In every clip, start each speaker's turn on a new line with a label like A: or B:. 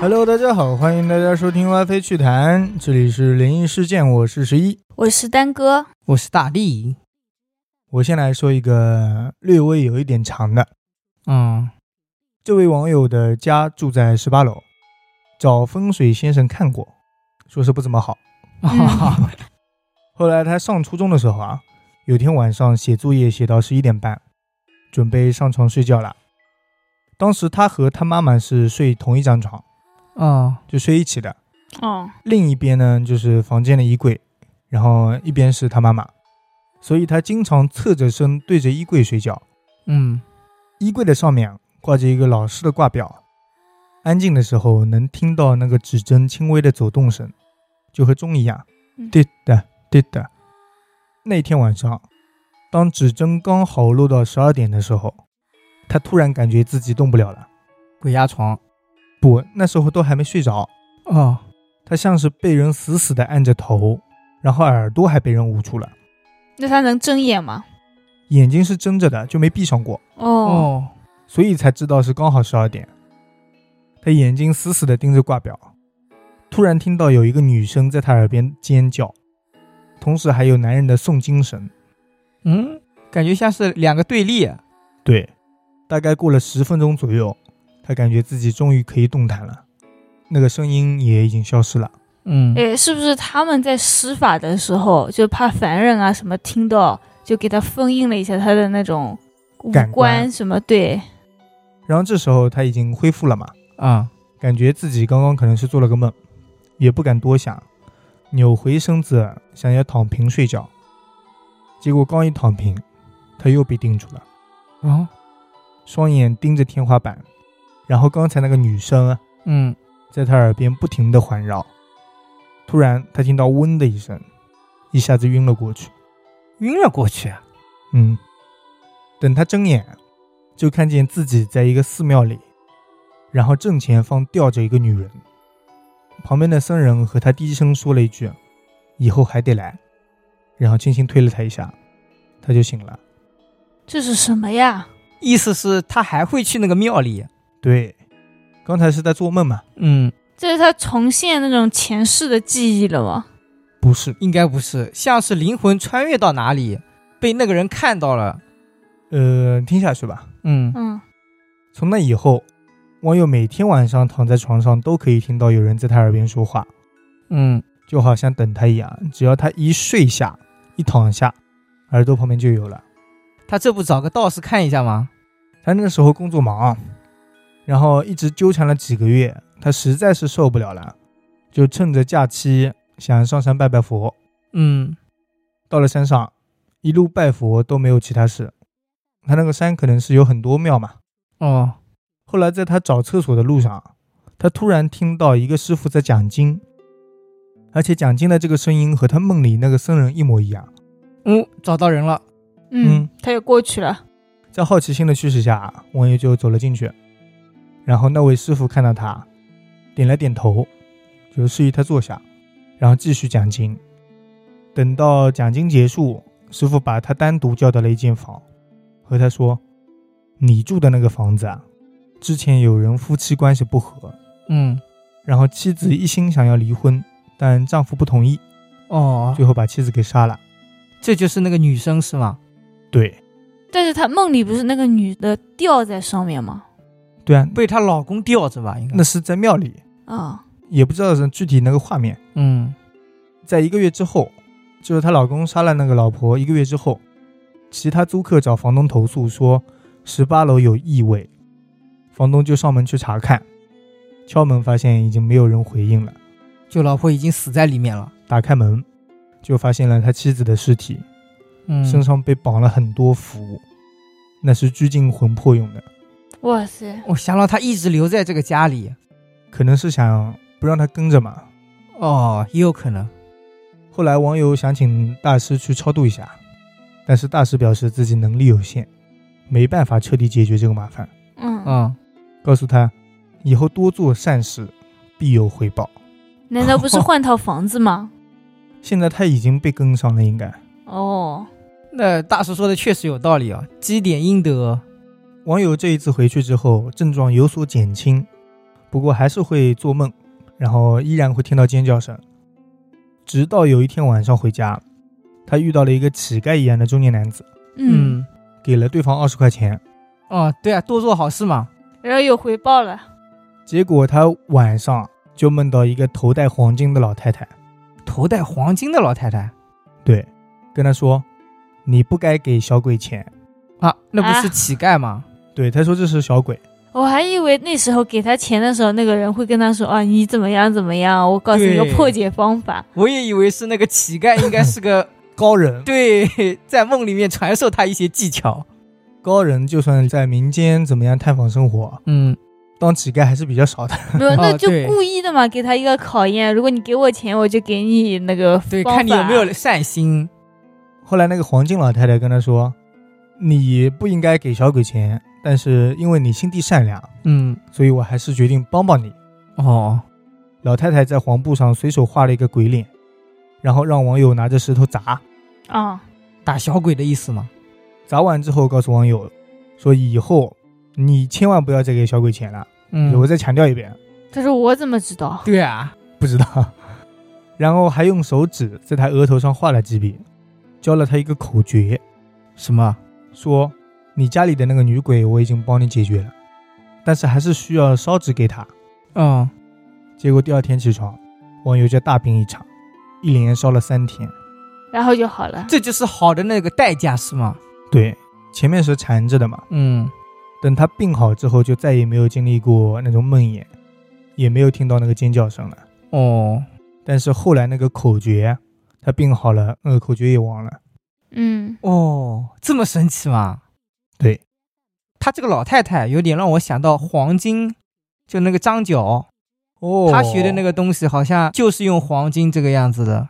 A: Hello，大家好，欢迎大家收听 WiFi 趣谈，这里是灵异事件，我是十一，
B: 我是丹哥，
C: 我是大力。
A: 我先来说一个略微有一点长的。
C: 嗯，
A: 这位网友的家住在十八楼，找风水先生看过，说是不怎么 好。
B: 嗯
A: 后来他上初中的时候啊，有天晚上写作业写到十一点半，准备上床睡觉了。当时他和他妈妈是睡同一张床，
C: 哦，
A: 就睡一起的。
B: 哦，
A: 另一边呢就是房间的衣柜，然后一边是他妈妈，所以他经常侧着身对着衣柜睡觉。
C: 嗯，
A: 衣柜的上面挂着一个老式的挂表，安静的时候能听到那个指针轻微的走动声，就和钟一样
B: 嗯，
A: 滴答滴答。那天晚上，当指针刚好落到十二点的时候，他突然感觉自己动不了了。
C: 鬼压床。
A: 不，那时候都还没睡着，
C: 哦，
A: 他像是被人死死的按着头，然后耳朵还被人捂住了，
B: 那他能睁眼吗？
A: 眼睛是睁着的，就没闭上过，
B: 哦，
C: 哦，
A: 所以才知道是刚好十二点。他眼睛死死的盯着挂表，突然听到有一个女生在他耳边尖叫，同时还有男人的诵经声。
C: 嗯，感觉像是两个对立。啊
A: 对，大概过了十分钟左右，他感觉自己终于可以动弹了，那个声音也已经消失了。
C: 嗯，
B: 哎，是不是他们在施法的时候，就怕凡人啊什么听到，就给他封印了一下他的那种五
A: 感官
B: 官什么？对，
A: 然后这时候他已经恢复了嘛，
C: 啊，
A: 感觉自己刚刚可能是做了个梦，也不敢多想，扭回身子想要躺平睡觉，结果刚一躺平，他又被定住了，
C: 哦，
A: 双眼盯着天花板，然后刚才那个女生啊
C: 嗯，
A: 在他耳边不停地环绕，突然他听到嗡的一声，一下子晕了过去。
C: 晕了过去。啊
A: 嗯，等他睁眼，就看见自己在一个寺庙里，然后正前方吊着一个女人，旁边的僧人和他低声说了一句：“以后还得来。”然后轻轻推了他一下，他就醒了。
B: 这是什么呀？
C: 意思是他还会去那个庙里。
A: 对，刚才是在做梦嘛？
C: 嗯，
B: 这是他重现那种前世的记忆了吗？
A: 不是，
C: 应该不是，像是灵魂穿越到哪里，被那个人看到了。
A: 呃，听下去吧。
C: 嗯，
B: 嗯，
A: 从那以后，网友每天晚上躺在床上都可以听到有人在他耳边说话，
C: 嗯，
A: 就好像等他一样。只要他一睡下，一躺下，耳朵旁边就有了。
C: 他这不找个道士看一下吗？
A: 他那个时候工作忙，啊然后一直纠缠了几个月，他实在是受不了了，就趁着假期想上山拜拜佛。
C: 嗯，
A: 到了山上，一路拜佛都没有其他事。他那个山可能是有很多庙嘛。
C: 哦，
A: 后来在他找厕所的路上，啊他突然听到一个师傅在讲经，而且讲经的这个声音和他梦里那个僧人一模一样。
C: 嗯，找到人了。
B: 嗯
A: 嗯，
B: 他也过去了。
A: 在好奇心的驱使下，网友就走了进去。然后那位师傅看到他，点了点头，就示意他坐下，然后继续讲经。等到讲经结束，师傅把他单独叫到了一间房，和他说：“你住的那个房子啊，之前有人夫妻关系不和，
C: 嗯，
A: 然后妻子一心想要离婚，但丈夫不同意，
C: 哦，
A: 最后把妻子给杀了。
C: 这就是那个女生是吗？
A: 对，
B: 但是他梦里不是那个女的吊在上面吗？
A: 对啊，
C: 被她老公吊着吧？应该。
A: 那是在庙里，
B: 啊、
A: 也不知道是具体那个画面。
C: 嗯，
A: 在一个月之后，就是她老公杀了那个老婆一个月之后，其他租客找房东投诉说十八楼有异味，房东就上门去查看，敲门发现已经没有人回应了，
C: 就老婆已经死在里面了。
A: 打开门就发现了他妻子的尸体，
C: 嗯
A: 身上被绑了很多符，那是拘禁魂魄用的。
B: 哇塞，
C: 我想让他一直留在这个家里。
A: 可能是想不让他跟着嘛。
C: 哦，也有可能。
A: 后来网友想请大师去超度一下，但是大师表示自己能力有限，没办法彻底解决这个麻烦，
B: 嗯，
C: 嗯，
A: 告诉他以后多做善事必有回报。
B: 难道不 是换套房子吗？
A: 现在他已经被跟上了，应该。
B: 哦，
C: 那大师说的确实有道理啊，积点阴德。
A: 网友这一次回去之后，症状有所减轻，不过还是会做梦，然后依然会听到尖叫声。直到有一天晚上回家，他遇到了一个乞丐一样的中年男子，
B: 嗯，，
A: 给了对方二十块钱。
C: 哦，对啊，多做好事嘛。
B: 然后有回报了，
A: 结果他晚上就梦到一个头戴黄金的老太太，
C: 头戴黄金的老太太
A: 对，跟他说：“你不该给小鬼钱。
C: 啊，那不是
B: 啊
C: 乞丐吗？”
A: 对，他说这是小鬼。
B: 我还以为那时候给他钱的时候，那个人会跟他说啊，你怎么样怎么样，我告诉你个
C: 对
B: 破解方 法。
C: 我也以为是那个乞丐，应该 是个
A: 高人，
C: 对，在梦里面传授他一些技巧。
A: 高人就算在民间怎么样探访生活，
C: 嗯，
A: 当乞丐还是比较少的。
B: 没有，那就
C: 哦对
B: 故意的嘛，给他一个考验。如果你给我钱，我就给你那个
C: 对，
B: 方
C: 看你有
B: 法
C: 没有善心。
A: 后来那个黄金老太太跟他说：“你不应该给小鬼钱，但是因为你心地善良，
C: 嗯，
A: 所以我还是决定帮帮你。
C: 哦，”
A: 老太太在黄布上随手画了一个鬼脸，然后让网友拿着石头砸，
B: 啊、
C: 打小鬼的意思吗？
A: 砸完之后告诉网友说：“以后你千万不要再给小鬼钱了。
C: 嗯
A: 我再强调一遍，
B: 他说我怎么知道？
C: 对啊，
A: 不知道。 然后还用手指在他额头上画了几笔，教了他一个口诀，
C: 什么？
A: 说：“你家里的那个女鬼我已经帮你解决了，但是还是需要烧纸给她。
C: 嗯，”
A: 结果第二天起床，网友就大病一场，一连烧了三天。
B: 然后就好了。
C: 这就是好的那个代价是吗？
A: 对，前面是缠着的嘛，
C: 嗯，
A: 等他病好之后，就再也没有经历过那种梦魇，也没有听到那个尖叫声了。
C: 哦，
A: 但是后来那个口诀，他病好了，那个口诀也忘了。
B: 嗯，
C: 哦，这么神奇吗？
A: 对，
C: 他这个老太太有点让我想到黄金，就那个张角，
A: 哦
C: 他学的那
A: 个
C: 个东西好像就是用黄金这个样子的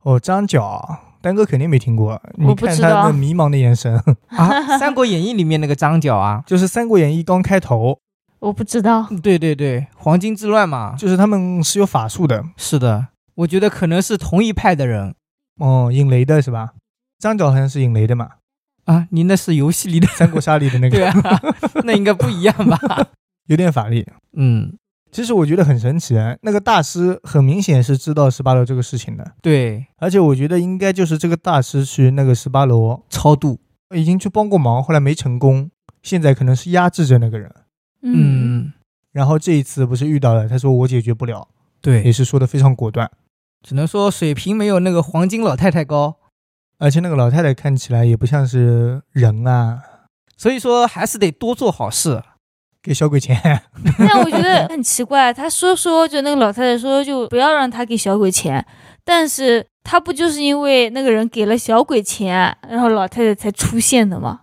A: 哦张角，丹哥肯定没听过。你
B: 我不
A: 看
B: 知
A: 他
B: 道
A: 那迷茫的眼神，
B: 嗯
C: 啊，《三国演义》里面那个张角啊，
A: 就是《三国演义》刚开头，
B: 我不知道。
C: 对对对，黄金之乱嘛，
A: 就是他们是有法术的，
C: 是的，我觉得可能是同一派的人
A: 哦，引雷的是吧？张角好像是引雷的嘛，
C: 啊，你那是游 戏里的，
A: 《三国杀》里的那
C: 对
A: 个，
C: 啊，那应该不一样 吧？
A: 有点法力。
C: 嗯，
A: 其实我觉得很神奇，啊那个大师很明显是知道十八楼这个事情的，
C: 对，
A: 而且我觉得应该就是这个大师去那个十八楼
C: 超度，
A: 已经去帮过忙，后来没成功，现在可能是压制着那个人。
B: 嗯，
C: 嗯，
A: 然后这一次不是遇到了，他说我解决不了，
C: 对
A: 也，是说的非常果断，
C: 只能说水平没有那个黄金老太太高，
A: 而且那个老太太看起来也不像是人 啊，
C: 所以说还是得多做好事。
A: 给小鬼 钱，
B: 但我觉得很奇怪，他说说就那个老太太说就不要让他给小鬼钱，但是他不就是因为那个人给了小鬼钱，然后老太太才出现的吗？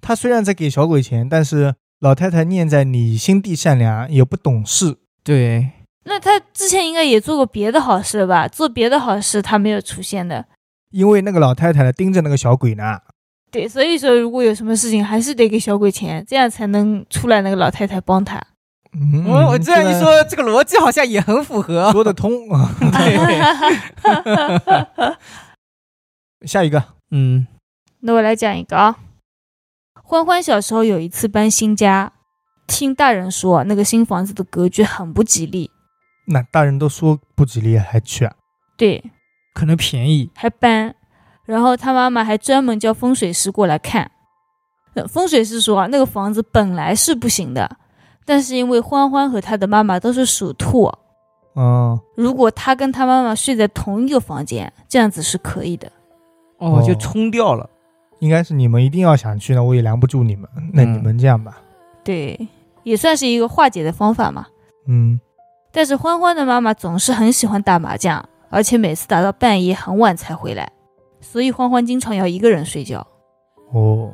A: 他虽然在给小鬼钱，但是老太太念在你心地善良，也不懂事，
C: 对，
B: 那他之前应该也做过别的好事吧？做别的好事他没有出现的，
A: 因为那个老太太呢盯着那个小鬼呢，
B: 对，所以说如果有什么事情，还是得给小鬼钱，这样才能出来那个老太太帮他。
A: 嗯，
C: 我我这样一
A: 个
C: 说，这个逻辑好像也很符合。
A: 说得通。
C: 对，
A: 下一个，
C: 嗯，
B: 那我来讲一个啊、欢欢小时候有一次搬新家，听大人说啊那个新房子的格局很不吉利，
A: 那大人都说不吉利还去啊？
B: 对，
C: 可能便宜。
B: 还搬，然后他妈妈还专门叫风水师过来看。呃风水师说啊，那个房子本来是不行的，但是因为欢欢和他的妈妈都是属兔，
A: 嗯，
B: 如果他跟他妈妈睡在同一个房间，这样子是可以的。
C: 哦，
A: 哦
C: 就冲掉了。
A: 应该是你们一定要想去呢，我也拦不住你们。
C: 嗯
A: 那你们这样吧，
B: 对，也算是一个化解的方法嘛。
A: 嗯，
B: 但是欢欢的妈妈总是很喜欢打麻将，而且每次打到半夜很晚才回来，所以欢欢经常要一个人睡觉。
A: 哦，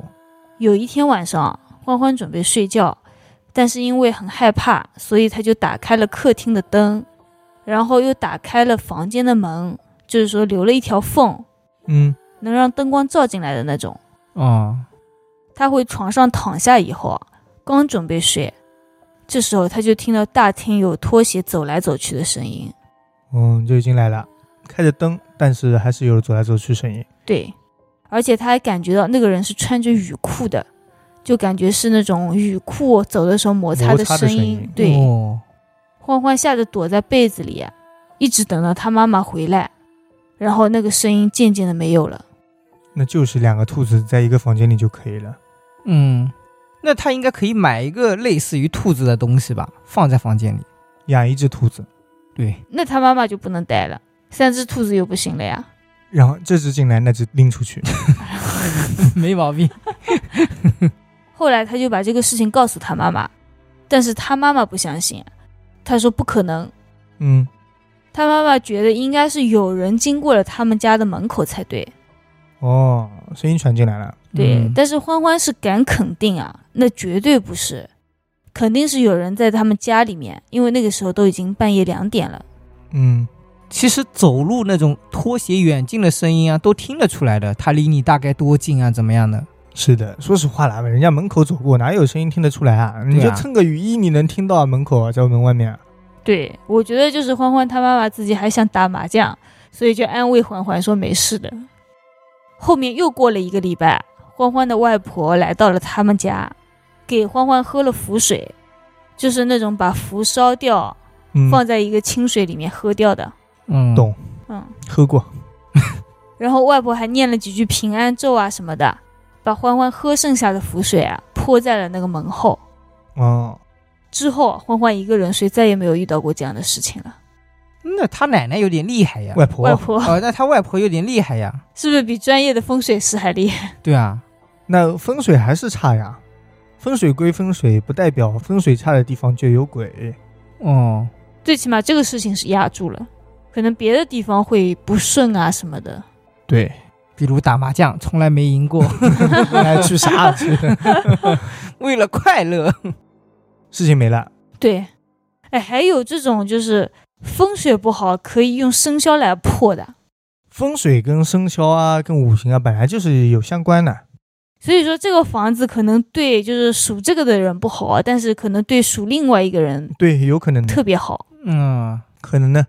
B: 有一天晚上，欢欢准备睡觉，但是因为很害怕，所以他就打开了客厅的灯，然后又打开了房间的门，就是说留了一条缝，
A: 嗯，
B: 能让灯光照进来的那种。
C: 哦，
B: 他回床上躺下以后，啊刚准备睡，这时候他就听到大厅有拖鞋走来走去的声音。
A: 嗯，就已经来了，开着灯，但是还是有走来走去声音。
B: 对，而且他还感觉到那个人是穿着雨裤的，就感觉是那种雨裤走的时候摩擦
A: 摩
B: 的
A: 擦的
B: 声
A: 声音
B: 对，
C: 哦，
B: 欢欢吓得躲在被子里，一直等到他妈妈回来，然后那个声音渐渐的没有了。
A: 那就是两个兔子在一个房间里就可以了。
C: 嗯，那他应该可以买一个类似于兔子的东西吧，放在房间里。
A: 养一只兔子，
C: 对，
B: 那他妈妈就不能待了，三只兔子又不行了呀。
A: 然后这只进来，那只拎出去。
C: 没毛病。
B: 后来他就把这个事情告诉他妈妈，但是他妈妈不相信，他说不可能。
A: 嗯，
B: 他妈妈觉得应该是有人经过了他们家的门口才对，
A: 哦，声音传进来了。
B: 对。
C: 嗯
B: 但是欢欢是敢肯定啊，那绝对不是，肯定是有人在他们家里面，因为那个时候都已经半夜两点了。
A: 嗯，
C: 其实走路那种拖鞋远近的声音啊，都听得出来的。他离你大概多近啊？怎么样的？
A: 是的，说实话啦，人家门口走过，哪有声音听得出来啊？你就蹭个雨衣，你能听到啊门口啊，在门外面啊。
B: 对，我觉得就是欢欢他妈妈自己还想打麻将，所以就安慰欢欢说没事的。后面又过了一个礼拜，欢欢的外婆来到了他们家，给欢欢喝了符水，就是那种把符烧掉，
A: 嗯，
B: 放在一个清水里面喝掉的。
C: 嗯，
A: 懂
B: 嗯，
A: 喝过。
B: 然后外婆还念了几句平安咒啊什么的，把欢欢喝剩下的符水啊泼在了那个门后。
A: 哦，
B: 之后，欢欢一个人睡，再也没有遇到过这样的事情了。
C: 那他奶奶有点厉害呀。
A: 外婆，
B: 外婆
C: 哦，那他外婆有点厉害呀。
B: 是不是比专业的风水师还厉害？
C: 对啊，
A: 那风水还是差呀。风水归风水，不代表风水差的地方就有鬼。
C: 哦，
B: 最起码这个事情是压住了，可能别的地方会不顺啊什么的。
A: 对，
C: 比如打麻将从来没赢 过，
A: 来去啥去？
C: 为了快乐。
A: 事情没了。
B: 对，哎，还有这种就是风水不好可以用生肖来破的，
A: 风水跟生肖啊，跟五行啊，本来就是有相关的。
B: 所以说这个房子可能对就是属这个的人不好，啊但是可能对属另外一个人
A: 对，有可能的，
B: 特别好。
C: 嗯，
A: 可能呢。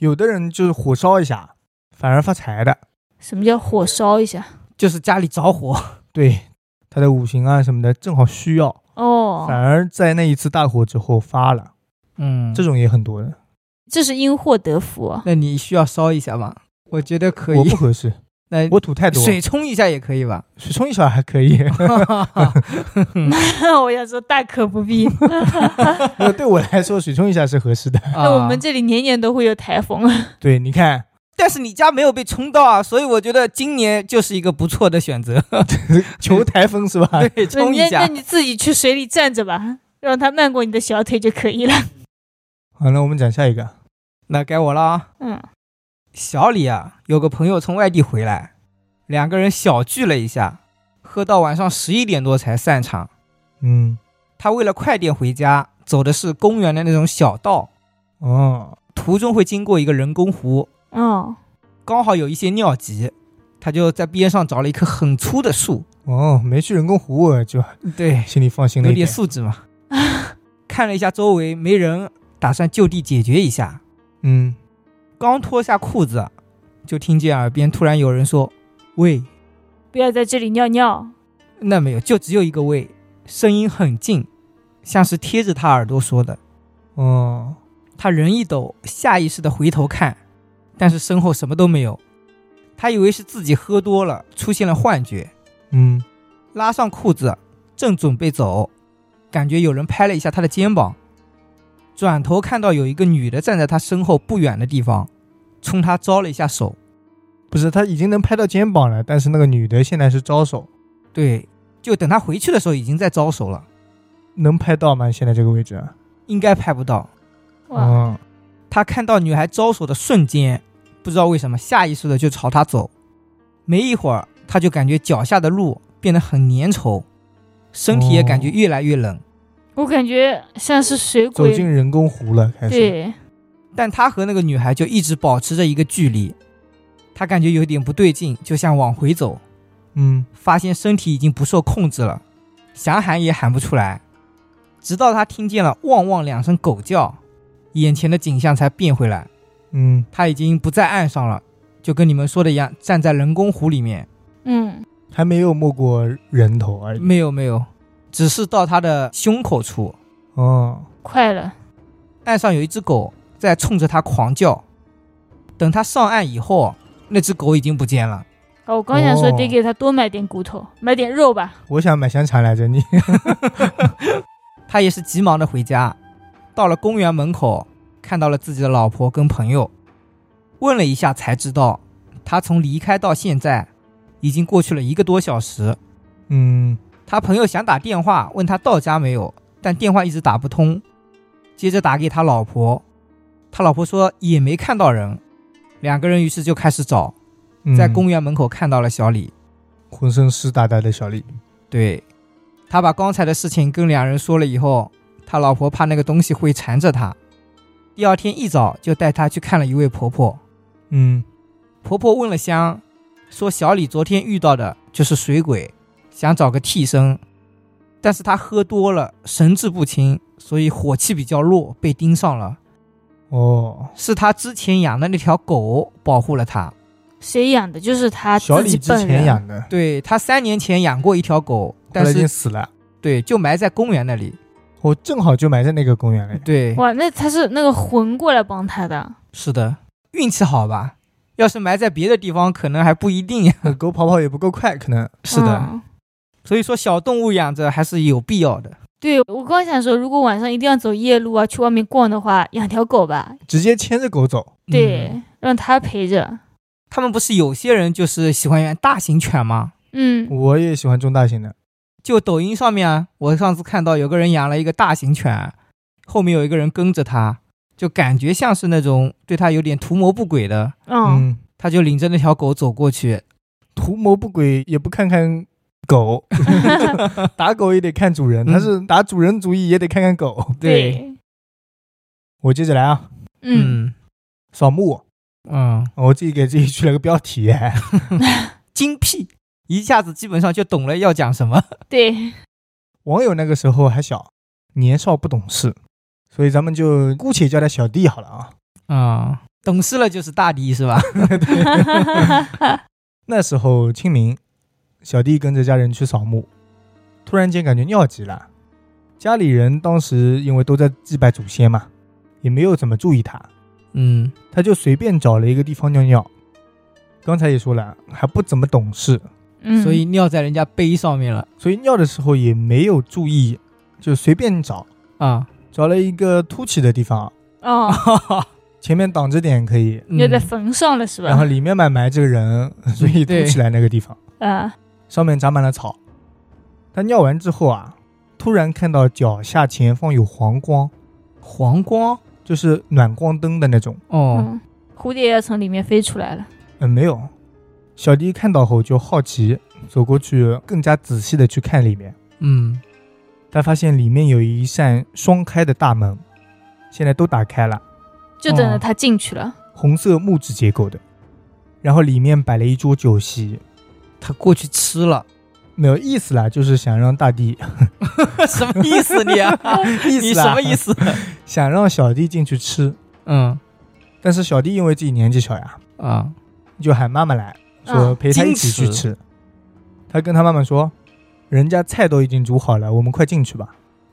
A: 有的人就是火烧一下，反而发财的。
B: 什么叫火烧一下？
C: 就是家里着火。
A: 对，他的五行啊什么的正好需要，
B: 哦
A: 反，而在那一次大火之后发了，
C: 嗯，
A: 这种也很多的。
B: 这是因祸得福啊。
C: 那你需要烧一下吗？我觉得可以
A: 我。不合适，
C: 那
A: 我土太多，
C: 水冲一下也可以 吧？
A: 水冲一下还可 以，
B: 我想说大可不必。
A: 那对我来说水冲一下是合适的。
B: 那
C: 那
B: 我们这里年年都会有台风，啊
A: 对，你看
C: 但是你家没有被冲到啊，所以我觉得今年就是一个不错的选择。
A: 求台风是吧？
C: 对，冲 一
B: 那那
C: 下。
B: 你自己去水里站着吧，让它漫过你的小腿就可以了。
A: 好，那我们讲下一个。
C: 那该我了啊。
B: 嗯，
C: 小李啊，有个朋友从外地回来，两个人小聚了一下，喝到晚上十一点多才散场。
A: 嗯，
C: 他为了快点回家，走的是公园的那种小道，
A: 哦，
C: 途中会经过一个人工湖，
B: 哦，
C: 刚好有一些尿急，他就在边上找了一棵很粗的树，
A: 哦，没去人工湖我就
C: 对，
A: 心里放心了
C: 有
A: 一
C: 点素质嘛。看了一下周围没人，打算就地解决一下。
A: 嗯，
C: 刚脱下裤子，就听见耳边突然有人说：“喂，
B: 不要在这里尿尿。
C: 那没有，就只有一个喂，声音很近，像是贴着他耳朵说的。
A: 哦，
C: 他人一抖，下意识的回头看，但是身后什么都没有。他以为是自己喝多了，出现了幻觉，
A: 嗯，
C: 拉上裤子，正准备走，感觉有人拍了一下他的肩膀，转头看到有一个女的站在他身后不远的地方，冲他招了一下手。
A: 不是，他已经能拍到肩膀了，但是那个女的现在是招手，
C: 对，就等他回去的时候已经在招手了，
A: 能拍到吗？现在这个位置？啊
C: 应该拍不到。
B: 哇，
A: 哦，
C: 他看到女孩招手的瞬间，不知道为什么下意识的就朝她走。没一会儿，他就感觉脚下的路变得很粘稠，身体也感觉越来越冷。
B: 我感觉像是水
A: 走
B: 鬼。
A: 进人工湖了，开始。
B: 对，
C: 但他和那个女孩就一直保持着一个距离。他感觉有点不对劲，就想往回走，
A: 嗯，
C: 发现身体已经不受控制了，想喊也喊不出来。直到他听见了汪汪两声狗叫，眼前的景象才变回来。
A: 嗯，
C: 他已经不在岸上了，就跟你们说的一样，站在人工湖里面。
B: 嗯，
A: 还没有没过人头而已。
C: 没有没有，只是到他的胸口处。
A: 哦，
B: 快了。
C: 岸上有一只狗在冲着它狂叫。等它上岸以后，那只狗已经不见了。
B: 哦，我刚想说
A: 哦
B: 得给他多买点骨头，买点肉吧。
A: 我想买香肠来着，你
C: 他也是急忙的回家，到了公园门口，看到了自己的老婆跟朋友，问了一下才知道，他从离开到现在，已经过去了一个多小时。
A: 嗯，
C: 他朋友想打电话问他到家没有，但电话一直打不通，接着打给他老婆，他老婆说也没看到人，两个人于是就开始找，
A: 嗯
C: 在公园门口看到了小李，
A: 浑身湿哒哒的小李，
C: 对，他把刚才的事情跟两人说了以后，他老婆怕那个东西会缠着他，第二天一早就带他去看了一位婆婆。
A: 嗯，
C: 婆婆问了香，说小李昨天遇到的就是水鬼，想找个替身，但是他喝多了，神志不清，所以火气比较弱，被盯上了。
A: 哦，
C: 是他之前养的那条狗保护了他。
B: 谁养的？就是他
A: 小
B: 自
A: 李
B: 己
A: 之
B: 本
A: 前
B: 人。
A: 养的，
C: 对他三年前养过一条狗，
A: 后
C: 但
A: 来已经
C: 是
A: 死了，
C: 对就埋在公园那里。
A: 我正好就埋在那个公园里，
C: 对，
B: 哇，那他是那个魂过来帮他的。
C: 是的，运气好吧？要是埋在别的地方，可能还不一定呀。
A: 狗跑跑也不够快，可能，
C: 是的，
B: 嗯
C: 所以说小动物养着还是有必要的。
B: 对我刚想说，如果晚上一定要走夜路啊，去外面逛的话，养条狗吧。
A: 直接牵着狗走，
B: 对，
C: 嗯
B: 让它陪着。
C: 他们不是有些人就是喜欢养大型犬吗？
B: 嗯，
A: 我也喜欢中大型的，
C: 就抖音上面啊，我上次看到有个人养了一个大型犬，后面有一个人跟着他，就感觉像是那种对他有点图谋不轨的，
B: 嗯，
A: 嗯，
C: 他就领着那条狗走过去。
A: 图谋不轨也不看看狗， 打狗也得看主人，
C: 嗯
A: 他是打主人主意也得看看狗。
C: 对，
B: 对，
A: 我接着来啊，
B: 嗯，
A: 扫墓，
C: 嗯，
A: 我自己给自己取了个标题，哎
C: 精辟，一下子基本上就懂了要讲什么。
B: 对，
A: 网友那个时候还小，年少不懂事，所以咱们就姑且叫他小弟好了啊。
C: 嗯，懂事了就是大敌是吧？
A: 那时候清明，小弟跟着家人去扫墓，突然间感觉尿急了。家里人当时因为都在祭拜祖先嘛，也没有怎么注意他，
C: 嗯
A: 他就随便找了一个地方尿尿。刚才也说了，还不怎么懂事，
B: 嗯，
C: 所以尿在人家杯上面了
A: 所以尿的时候也没有注意，就随便找，
C: 啊。
A: 找了一个凸起的地方，
B: 哦，
A: 前面挡着点可以，
C: 嗯
B: 又在坟上了是
A: 然后
B: 吧？
A: 里面埋埋这个人，所以凸
C: 对
A: 起来那个地方，
B: 啊，
A: 上面长满了草。他尿完之后啊，突然看到脚下前方有黄光，
C: 黄光
A: 就是暖光灯的那种。
C: 哦，
B: 嗯，蝴蝶要从里面飞出来了。
A: 嗯，没有。小迪看到后就好奇，走过去更加仔细的去看里面。
C: 嗯
A: 他发现里面有一扇双开的大门，现在都打开了，
B: 就等
A: 哦
B: 着他进去了。
A: 红色木质结构的。然后里面摆了一桌酒席，
C: 他过去吃了，
A: 没有意思啦，就是想让大地
C: 什么意思你 啊？
A: 意
C: 你
A: 思
C: 什
A: 啦
C: 么意？思？
A: 想让小弟进去吃，
C: 嗯
A: 但是小弟因为自己年纪小呀，
C: 啊。
A: 就喊妈妈来，说
B: 啊
A: 陪他一起去
C: 矜持
A: 吃。他跟他妈妈说，人家菜都已经煮好了，我们快进去吧。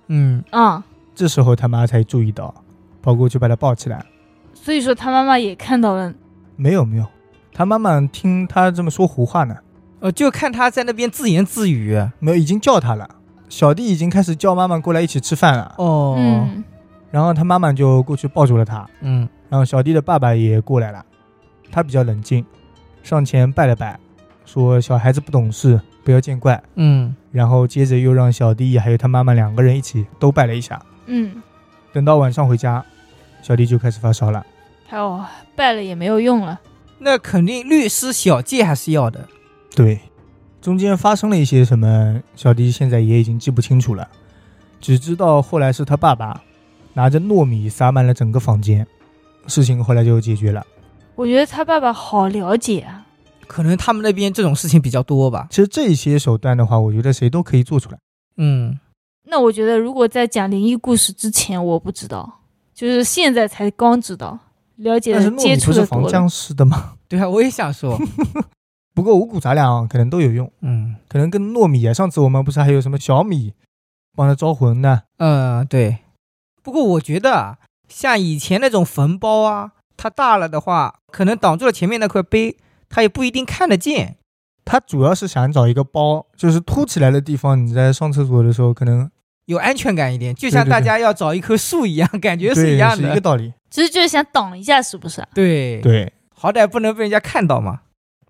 C: 嗯
B: 嗯，
A: 这时候他妈才注意到，跑过去把他抱起来。
B: 所以说他妈妈也看到了。
A: 没有没有，他妈妈听他这么说胡话呢，，
C: 呃，就看他在那边自言自语。
A: 没有已经叫他了。小弟已经开始叫妈妈过来一起吃饭了，
C: 哦嗯
B: 嗯，
A: 然后他妈妈就过去抱住了他，然后小弟的爸爸也过来了，他比较冷静，上前拜了拜，说小孩子不懂事，不要见怪。
C: 嗯
A: 然后接着又让小弟还有他妈妈两个人一起都拜了一下。
B: 嗯，
A: 等到晚上回家，小弟就开始发烧了。
B: 还有拜了也没有用了。
C: 那肯定律师小借还是要的。
A: 对，中间发生了一些什么，小弟现在也已经记不清楚了，只知道后来是他爸爸拿着糯米撒满了整个房间，事情后来就解决了。
B: 我觉得他爸爸好了解啊。
C: 可能他们那边这种事情比较多吧。
A: 其实这些手段的话，我觉得谁都可以做出来。
C: 嗯，
B: 那我觉得，如果在讲灵异故事之前，我不知道，就是现在才刚知道，了解
A: 但是
B: 的
A: 糯
B: 接
A: 米
B: 触
A: 不是
B: 的
A: 防
B: 多了。
A: 僵尸的吗？
C: 对啊，我也想 说。
A: 不过五谷杂粮啊，可能都有用，
C: 嗯
A: 可能跟糯米啊，上次我们不是还有什么小米帮他招魂呢？
C: 呃，对。不过我觉得啊，像以前那种坟包啊，它大了的话，可能挡住了前面那块碑，它也不一定看得见。
A: 他主要是想找一个包，就是凸起来的地方，你在上厕所的时候可能
C: 有安全感一点，就像
A: 对对
C: 大家要找一棵树一样，感觉
A: 对
C: 是一样
A: 是一个
C: 的。
A: 道理。
B: 其实就是想挡一下，是不是？啊
C: 对，
A: 对，
C: 好歹不能被人家看到嘛。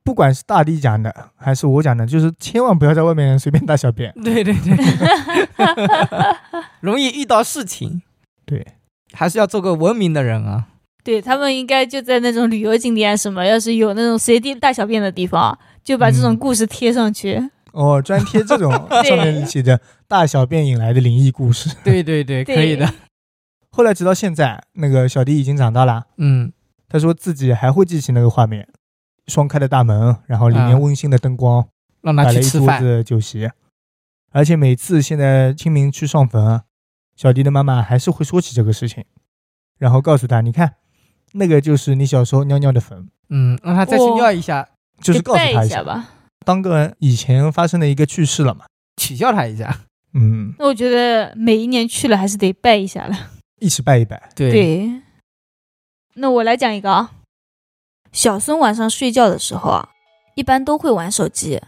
A: 不管是大地讲的还是我讲的，就是千万不要在外面随便大小 便。
C: 对对 对，容易遇到事情，
A: 对，
C: 还是要做个文明的人啊。
B: 对他们应该就在那种旅游景点啊什么，要是有那种随地大小便的地方，啊就把这种
A: 嗯
B: 故事贴上去。
A: 哦，专贴这种上面写着“大小便引来的灵异故事
C: 对对对，
B: 对
C: 可以的。”。
A: 后来直到现在，那个小弟已经长大了，
C: 嗯，
A: 他说自己还会记起那个画面，双开的大门，然后里面
C: 啊
A: 温馨的灯光，
C: 让
A: 摆
C: 他
A: 了
C: 去
A: 一
C: 吃
A: 桌
C: 饭。
A: 子酒席，而且每次现在清明去上坟，啊小迪的妈妈还是会说起这个事情，然后告诉他，你看，那个就是你小时候尿尿的坟，
C: 嗯，让他再去
B: 哇
C: 尿一啊下，
A: 就是
B: 给
A: 告诉
B: 带
A: 他
B: 一
A: 下，
B: 吧。
A: 当个以前发生的一个趣事了嘛。
C: 取笑他一下。
A: 嗯，
B: 那我觉得每一年去了还是得拜一下了。
A: 一起拜一拜。
C: 对
B: 对，那我来讲一个啊。小孙晚上睡觉的时候啊，一般都会玩手机，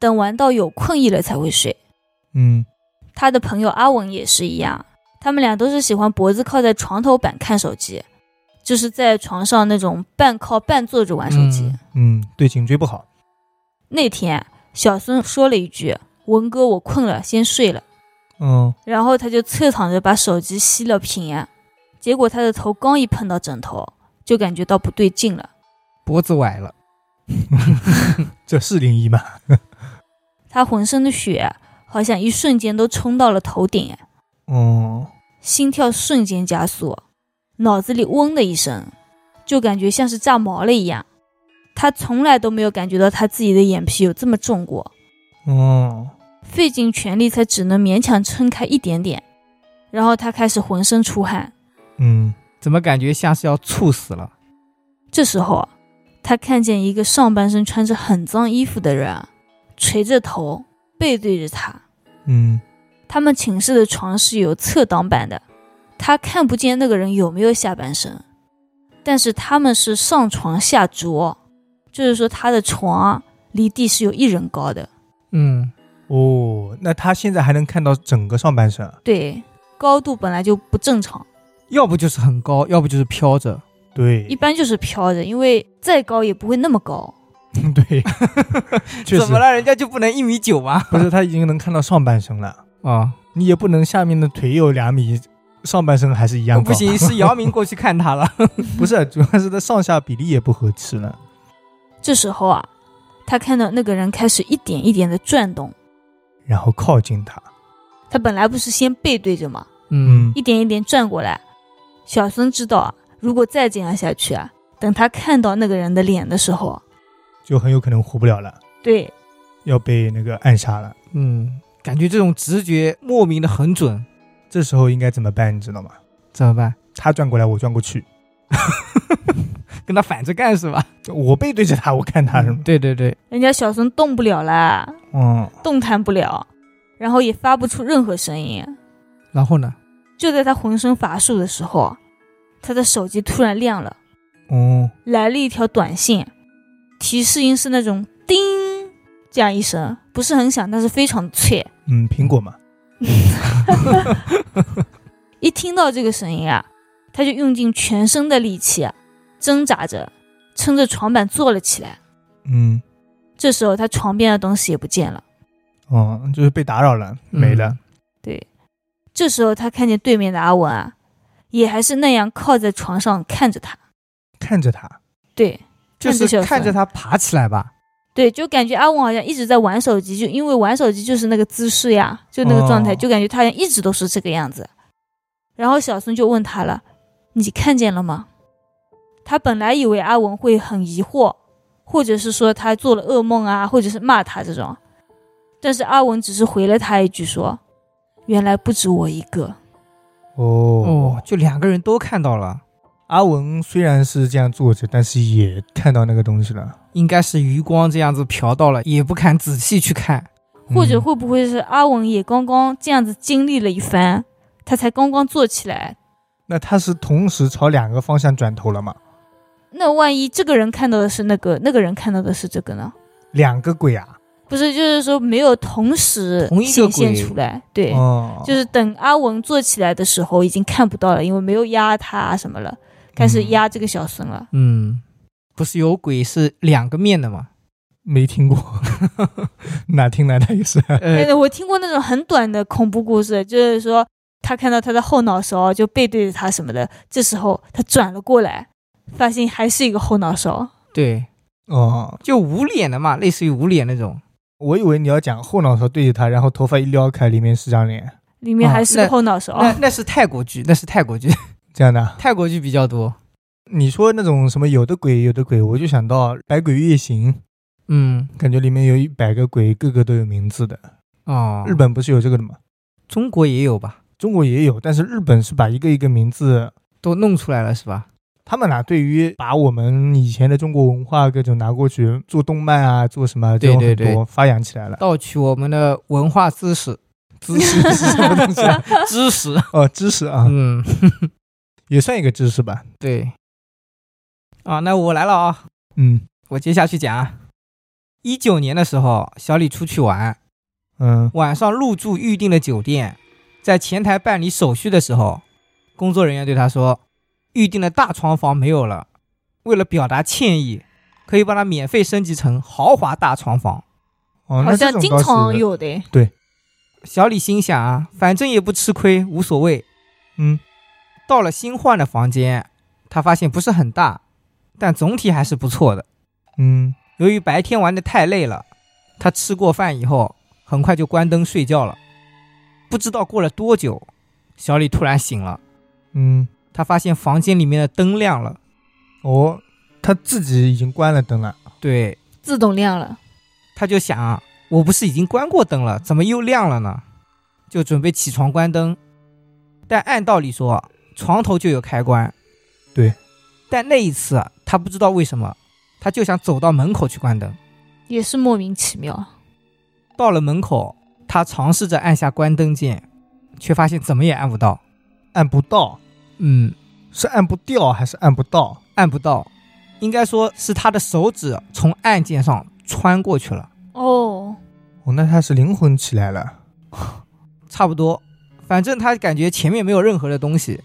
B: 等玩到有困意了才会睡。
A: 嗯，
B: 他的朋友阿文也是一样，他们俩都是喜欢脖子靠在床头板看手机，就是在床上那种半靠半坐着玩手机。
C: 嗯
A: 嗯，对颈椎不好。
B: 那天啊小孙说了一句：“文哥，我困了，先睡了。
A: 嗯，”
B: 然后他就侧躺着把手机吸了屏，结果他的头刚一碰到枕头，就感觉到不对劲了。
C: 脖子崴了。
A: 这是灵异吗？
B: 他浑身的血好像一瞬间都冲到了头顶，
A: 哦，
B: 心跳瞬间加速，脑子里嗡的一声，就感觉像是炸毛了一样。他从来都没有感觉到他自己的眼皮有这么重过，
A: 哦，
B: 费尽全力才只能勉强撑开一点点。然后他开始浑身出汗，
A: 嗯，
C: 怎么感觉像是要猝死了？
B: 这时候啊他看见一个上半身穿着很脏衣服的人，啊垂着头，背对着他。
A: 嗯，
B: 他们寝室的床是有侧挡板的，他看不见那个人有没有下半身，但是他们是上床下桌，就是说他的床啊离地是有一人高的，
C: 嗯，
A: 哦，那他现在还能看到整个上半身？啊
B: 对，高度本来就不正常，
C: 要不就是很高，要不就是飘着。
B: 一
A: 对，
B: 般就是飘着，因为再高也不会那么高。
A: 对，确
C: 怎
A: 实
C: 么了？人家就不能一米九吗？
A: 不是他已经能看到上半身了。
C: 啊、
A: 你也不能下面的腿有两米，上半身还是一样高。
C: 哦不， 行，是姚明过去看 他了。
A: 不是，主要是他上下比例也不合适了。
B: 这时候啊，他看到那个人开始一点一点的转动，
A: 然后靠近他，
B: 他本来不是先背对着吗？
C: 嗯，
B: 一点一点转过来。小孙知道啊，如果再这样下去啊，等他看到那个人的脸的时候，
A: 就很有可能活不了了，
B: 对
A: 要被那个暗杀了。
C: 嗯，感觉这种直觉莫名的很准，
A: 这时候应该怎么办，你知道吗？
C: 怎么办？
A: 他转过来，我转过去，
C: 跟他反着干是吧？
A: 我背对着他，我看他什么？
C: 对对对，
B: 人家小孙动不了啦，
A: 嗯，
B: 动弹不了，然后也发不出任何声音。
C: 然后呢？
B: 就在他浑身乏术的时候，他的手机突然亮了，
A: 哦，
B: 来了一条短信，提示音是那种“叮”这样一声，不是很响，但是非常脆。
A: 嗯，苹果嘛，
B: 一听到这个声音啊，他就用尽全身的力气啊，挣扎着，撑着床板坐了起来。
A: 嗯，
B: 这时候他床边的东西也不见了。
A: 哦，就是被打扰了，
C: 嗯
A: 没了。
B: 对，这时候他看见对面的阿文啊，也还是那样靠在床上看着他。
A: 看着他，
B: 对
C: 就是看着他爬起来吧。
B: 对，就感觉阿文好像一直在玩手机，就因为玩手机就是那个姿势呀，就那个状态，
A: 哦
B: 就感觉他好像一直都是这个样子。然后小孙就问他了：“你看见了吗？”他本来以为阿文会很疑惑，或者是说他做了噩梦啊，或者是骂他这种，但是阿文只是回了他一句说：“原来不止我一个。”
A: 哦
C: 哦，，就两个人都看到了，
A: 阿文虽然是这样坐着，但是也看到那个东西了，
C: 应该是余光这样子瞟到了，也不敢仔细去看。
B: 或者
A: 嗯
B: 会不会是阿文也刚刚这样子经历了一番，他才刚刚坐起来，
A: 那他是同时朝两个方向转头了吗？
B: 那万一这个人看到的是那个，那个人看到的是这个呢？
A: 两个鬼啊！
B: 不是，就是说没有同时
C: 同一个
B: 显现
C: 鬼
B: 出来，对，
A: 哦，
B: 就是等阿文坐起来的时候已经看不到了，因为没有压他啊什么了，开始压这个小孙了。
C: 嗯，不是有鬼是两个面的吗？
A: 没听过， 哪听来的也是。
B: 哎、
C: 呃，
B: 我听过那种很短的恐怖故事，就是说他看到他的后脑勺就背对着他什么的，这时候他转了过来，发现还是一个后脑勺。
C: 对，
A: 哦，
C: 就捂脸的嘛，类似于捂脸那种。
A: 我以为你要讲后脑勺对着他，然后头发一撩开，里面是张脸，
B: 里面
C: 哦
B: 还是
C: 那
B: 个后脑勺，
C: 那那是泰国剧，那是泰国剧，
A: 这样的。啊
C: 泰国剧比较多。
A: 你说那种什么有的鬼有的鬼，我就想到《百鬼夜行》，
C: 嗯，
A: 感觉里面有一百个鬼，个个都有名字的。
C: 哦，
A: 日本不是有这个的吗？
C: 中国也有吧？
A: 中国也有，但是日本是把一个一个名字，
C: 都弄出来了是吧？
A: 他们俩对于把我们以前的中国文化各种拿过去做动漫啊，做什么这
C: 对
A: 种
C: 对
A: 很
C: 对
A: 多发扬起来了。
C: 盗取我们的文化知识，
A: 知识是什么东西 啊？
C: 知识。
A: 哦，知识啊，
C: 嗯，
A: 也算一个知识吧。
C: 对。啊，那我来了啊。
A: 嗯
C: 我接下去讲啊。一九年的时候，小李出去玩，
A: 嗯
C: 晚上入住预定的酒店，在前台办理手续的时候，工作人员对他说：“预定的大床房没有了，为了表达歉意，可以帮他免费升级成豪华大床房。
A: 哦，
B: 好
A: 那这
B: 像
A: 种
B: 经
A: 倒
B: 常
A: 是，
B: 有的。”
C: 小李心想啊，反正也不吃亏，无所谓。
A: 嗯
C: 到了新换的房间，他发现不是很大，但总体还是不错的。
A: 嗯，
C: 由于白天玩的太累了，他吃过饭以后很快就关灯睡觉了。不知道过了多久，小李突然醒了，
A: 嗯，
C: 他发现房间里面的灯亮了。
A: 哦，他自己已经关了灯了。
C: 对，
B: 自动亮了，
C: 他就想啊，我不是已经关过灯了，怎么又亮了呢？就准备起床关灯，但按道理说床头就有开关。
A: 对，
C: 但那一次啊他不知道为什么，他就想走到门口去关灯。
B: 也是莫名其妙。
C: 到了门口，他尝试着按下关灯键，却发现怎么也按不到。
A: 按不到，
C: 嗯，
A: 是按不掉还是按不到？
C: 按不到，应该说是他的手指从按键上穿过去了，
B: 哦，
A: 哦，那他是灵魂起来了。
C: 差不多。反正他感觉前面没有任何的东西。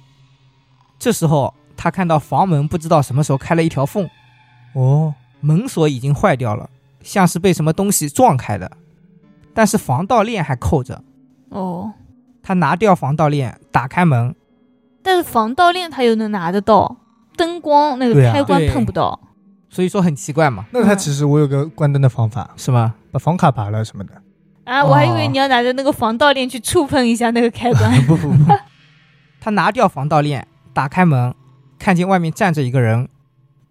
C: 这时候他看到房门不知道什么时候开了一条缝，
A: 哦，
C: 门锁已经坏掉了，像是被什么东西撞开的，但是防盗链还扣着。
B: 哦，
C: 他拿掉防盗链，打开门，
B: 但是防盗链它又能拿得到，灯光那
A: 对
B: 个
A: 啊
B: 开关
C: 对
B: 碰不到。
C: 所以说很奇怪嘛，
A: 那他
B: 嗯
A: 其实我有个关灯的方法，
C: 是吗？
A: 把房卡拔了什么的。
B: 啊，我还以为
C: 哦
B: 你要拿着那个防盗链去触碰一下那个开 关。
A: 不不不，
C: 他拿掉防盗链，打开门，看见外面站着一个人，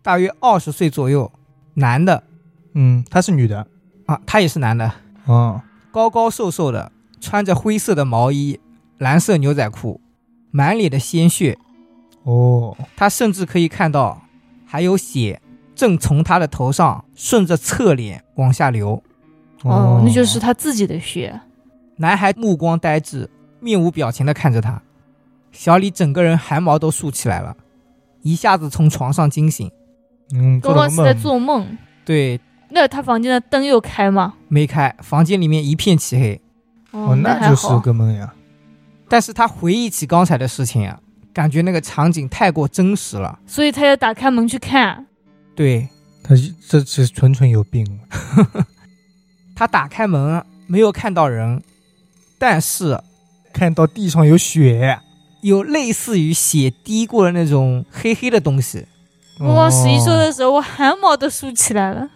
C: 大约二十岁左右，男的
A: 嗯，她是女的。
C: 啊，他也是男的，
A: 哦，
C: 高高瘦瘦的，穿着灰色的毛衣、蓝色牛仔裤，满脸的鲜血，
A: 哦，
C: 他甚至可以看到还有血正从他的头上顺着侧脸往下流。
B: 哦，那就是他自己的血。
C: 男孩目光呆滞，面无表情地看着他。小李整个人汗毛都竖起来了，一下子从床上惊醒。
A: 嗯，做
B: 刚
A: 了
B: 刚
A: 个
B: 是在
A: 梦。
B: 做梦。
C: 对，
B: 那他房间的灯又开吗？
C: 没开，房间里面一片漆黑。
B: 哦
A: 哦，
B: 那
A: 那
B: 还
A: 就是
B: 好。
A: 个梦呀。
C: 但是他回忆起刚才的事情啊，感觉那个场景太过真实了。
B: 所以他要打开门去看。
C: 对
A: 他这是纯纯有病。
C: 他打开门没有看到人，但是
A: 看到地上有血，
C: 有类似于血滴过的那种黑黑的东西，
B: 哇，十一说
A: 哦
B: 的时候，我汗毛都竖起来了。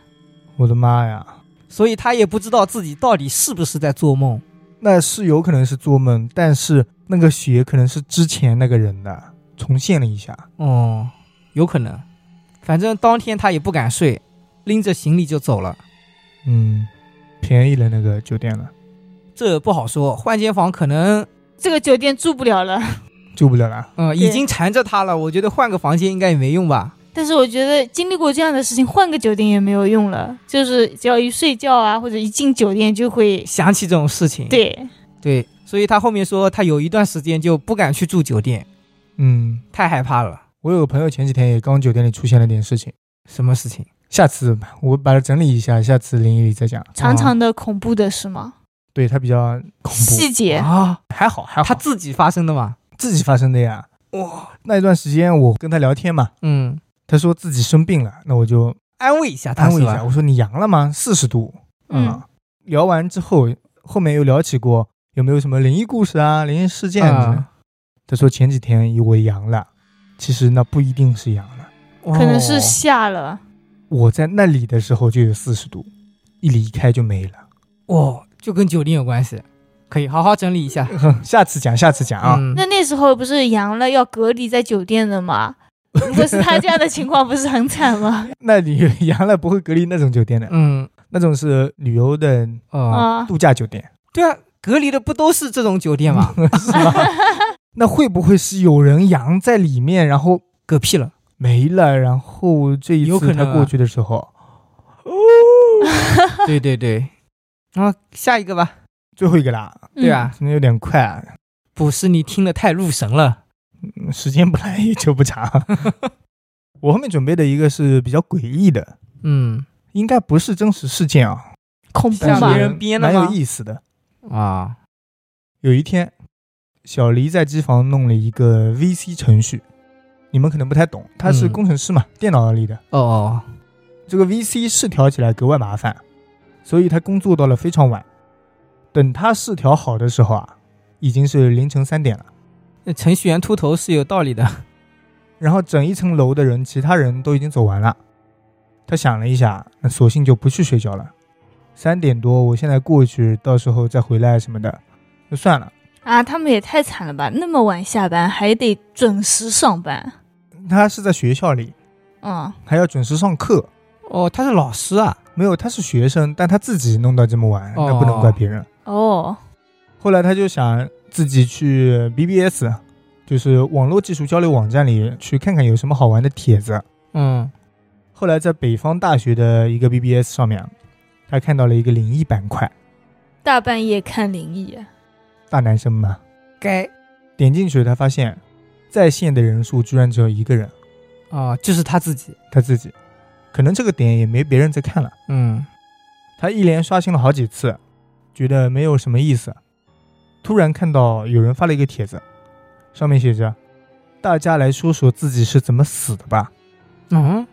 A: 我的妈呀，
C: 所以他也不知道自己到底是不是在做梦。
A: 那是有可能是做梦，但是那个血可能是之前那个人的，重现了一下。
C: 哦，有可能。反正当天他也不敢睡，拎着行李就走了。
A: 嗯，便宜了那个酒店了，
C: 这不好说，换间房可能，
B: 这个酒店住不了了。
A: 救不了了。
C: 嗯、已经缠着他了。我觉得换个房间应该也没用吧。
B: 但是我觉得经历过这样的事情，换个酒店也没有用了。就是只要一睡觉啊，或者一进酒店就会
C: 想起这种事情，
A: 哦
B: 对
C: 对，所以他后面说他有一段时间就不敢去住酒店，
A: 嗯，
C: 太害怕了。
A: 我有个朋友前几天也刚酒店里出现了点事情，
C: 什么事情？
A: 下次我把它整理一下，下次灵异里再讲。啊
B: 长长的恐怖的是吗？
A: 对他比较恐怖，
B: 细节
C: 啊，
A: 还好还好，
C: 他自己发生的嘛？
A: 自己发生的呀。
C: 哇，
A: 那一段时间我跟他聊天嘛，
C: 嗯，
A: 他说自己生病了，那我就
C: 安慰一下他，
A: 安慰一
C: 是
A: 下，
C: 吧，
A: 我说你阳了吗？四十度。
B: 嗯，
A: 聊完之后，后面又聊起过有没有什么灵异故事啊、灵异事件之类的
C: 啊
A: 他说前几天以为阳了，其实那不一定是阳了。
B: 可能是
C: 哦
B: 吓了，
A: 我在那里的时候就有四十度，一离开就没了。
C: 哦，就跟酒店有关系，可以好好整理一下
A: 下次讲，下次讲啊。
C: 嗯
B: 那那时候不是阳了要隔离在酒店的 吗？如果是他这样的情况，不是很惨吗？
A: 那你阳了不会隔离那种酒店的，
C: 嗯
A: 那种是旅游的
C: 哦，
B: 啊，
A: 度假酒店。
C: 对啊，隔离的不都是这种酒 店吗？
A: 那会不会是有人阳在里面，然后
C: 嗝屁了，
A: 没了，然后这一
C: 有可
A: 次
C: 能
A: 他
C: 啊
A: 过去的时候，
C: 对对对，啊，下一个吧，
A: 最后一个啦，
B: 嗯
C: 对，啊，
A: 可能有点快啊，
C: 不是你听得太入神了，
A: 嗯时间本来也就不长。 我后面准备的一个是比较诡异的，
C: 嗯
A: 应该不是真实事件啊，
B: 恐怖
A: 但
C: 像
A: 是
B: 吧
C: 别？人编的
A: 蛮有
C: 吗
A: 意思的。
C: 啊，
A: 有一天，小黎在机房弄了一个 VC 程序，你们可能不太懂，他是
C: 嗯
A: 工程师嘛，电脑里的。
C: 哦哦，
A: 这个 VC 试调起来格外麻烦，所以他工作到了非常晚。等他试调好的时候啊，已经是凌晨三点了。
C: 那程序员秃头是有道理的，
A: 然后整一层楼的人，其他人都已经走完了。他想了一下，那索性就不去睡觉了。三点多，我现在过去，到时候再回来什么的，就算了。
B: 啊，他们也太惨了吧！那么晚下班还得准时上班，
A: 他是在学校里，
B: 嗯，
A: 还要准时上课。
C: 哦，他是老师啊，
A: 没有，他是学生，但他自己弄到这么晚，那不能怪别人。
B: 哦，
A: 后来他就想自己去 BBS，就是网络技术交流网站里去看看有什么好玩的帖子。
C: 嗯，
A: 后来在北方大学的一个 BBS 上面，他看到了一个灵异板块，
B: 大半夜看灵异，
A: 大男生嘛，
C: 该
A: 点进去他发现在线的人数居然只有一个人，
C: 啊，就是他自己，
A: 他自己，可能这个点也没别人在看了。
C: 嗯，
A: 他一连刷新了好几次，觉得没有什么意思。突然看到有人发了一个帖子，上面写着：“大家来说说自己是怎么死的吧。
C: 嗯，”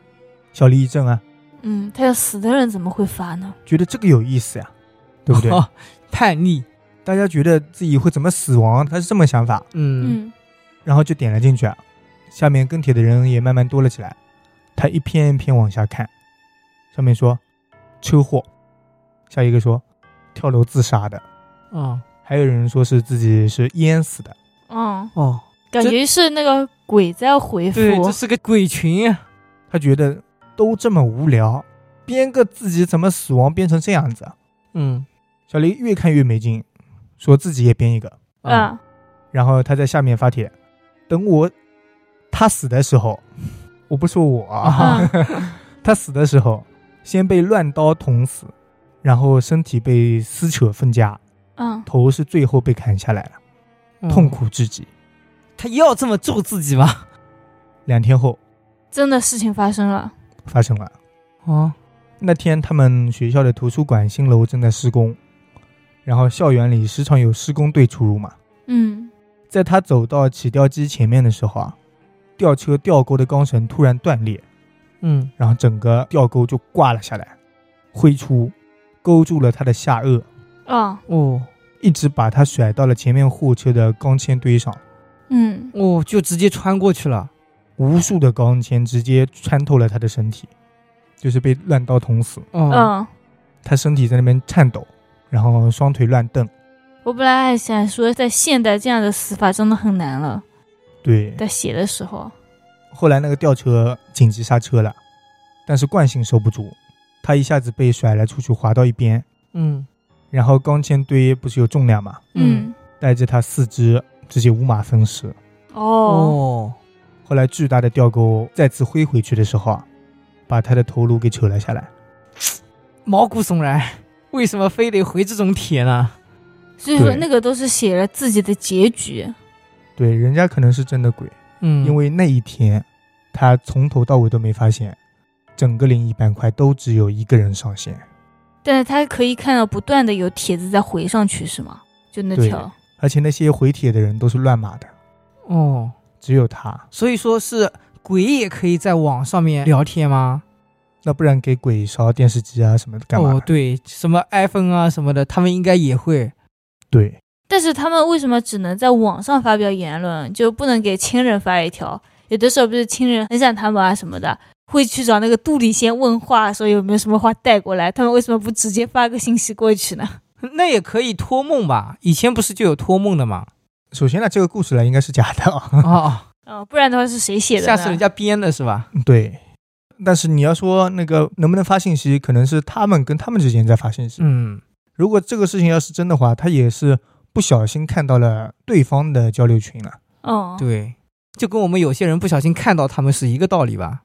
A: 小黎一怔啊，
B: 嗯，他要死的人怎么会发呢？
A: 觉得这个有意思呀、对 不对？
C: 哦叛逆，
A: 大家觉得自己会怎么死亡，他是这么想法，
C: 嗯，
B: 嗯，
A: 然后就点了进去啊。下面跟帖的人也慢慢多了起来，他一篇一篇往下看，上面说车祸，下一个说跳楼自杀的，
C: 哦
A: 还有人说是自己是淹死的。
B: 嗯，
C: 哦，
B: 感觉是那个鬼在回复，
C: 对，这是个鬼群啊，
A: 他觉得都这么无聊，编个自己怎么死亡编成这样子啊。
C: 嗯，
A: 小黎越看越没劲，说自己也编一个。
C: 啊，
B: 啊，
A: 然后他在下面发帖，等我他死的时候，我不说我 啊，
B: 嗯
A: 他死的时候先被乱刀捅死，然后身体被撕扯分家，
B: 嗯，
A: 头是最后被砍下来了，
C: 嗯
A: 痛，苦至极。
C: 他要这么咒自己吗？
A: 两天后
B: 真的事情发生了，
A: 发生了。
C: 哦，
A: 那天他们学校的图书馆新楼正在施工，然后校园里时常有施工队出入嘛。
B: 嗯，
A: 在他走到起吊机前面的时候啊，吊车吊钩的钢绳突然断裂，
C: 嗯，
A: 然后整个吊钩就挂了下来，挥出，勾住了他的下颚，
B: 啊，
C: 哦，
A: 一直把他甩到了前面货车的钢钎堆上。
B: 嗯，
C: 哦，就直接穿过去了，
A: 无数的钢钎直接穿透了他的身体，就是被乱刀捅死。
C: 哦，
B: 嗯，
A: 他身体在那边颤抖，然后双腿乱蹬。
B: 我本来还想说，在现代这样的死法真的很难了，
A: 对，
B: 在写的时候，
A: 后来那个吊车紧急刹车了，但是惯性收不住，他一下子被甩了出去，滑到一边。
C: 嗯，
A: 然后钢钎堆不是有重量嘛，
C: 嗯
B: 嗯，
A: 带着他四肢直接五马分尸。
B: 哦，
C: 哦，
A: 后来巨大的吊钩再次挥回去的时候啊，把他的头颅给扯了下来。
C: 毛骨悚然，为什么非得回这种帖呢？
B: 所以说
A: 对
B: 那个都是写了自己的结局，
A: 对，人家可能是真的鬼，
C: 嗯，
A: 因为那一天他从头到尾都没发现，整个灵异板块都只有一个人上线，
B: 但是他可以看到不断的有帖子在回上去，是吗？就那
A: 对
B: 条，
A: 而且那些回帖的人都是乱码的，
C: 哦，
A: 只有他。
C: 所以说是鬼也可以在网上面聊天吗？
A: 那不然给鬼烧电视机啊什么的干嘛呢？
C: 哦，对，什么 iPhone 啊什么的，他们应该也会。
A: 对，
B: 但是他们为什么只能在网上发表言论，就不能给亲人发一条？有的时候不是亲人很想他们啊什么的，会去找那个杜丽先问话，说有没有什么话带过来。他们为什么不直接发个信息过去呢？
C: 那也可以托梦吧？以前不是就有托梦的吗？
A: 首先呢，这个故事呢应该是假的 啊。
C: 哦，
B: 哦，不然的话是谁写的
C: 下
B: 呢？
C: 次人家编的是吧？
A: 对，但是你要说那个能不能发信息，可能是他们跟他们之间在发信息。
C: 嗯，
A: 如果这个事情要是真的话，他也是不小心看到了对方的交流群了。
B: 哦，
C: 对，就跟我们有些人不小心看到他们是一个道理吧？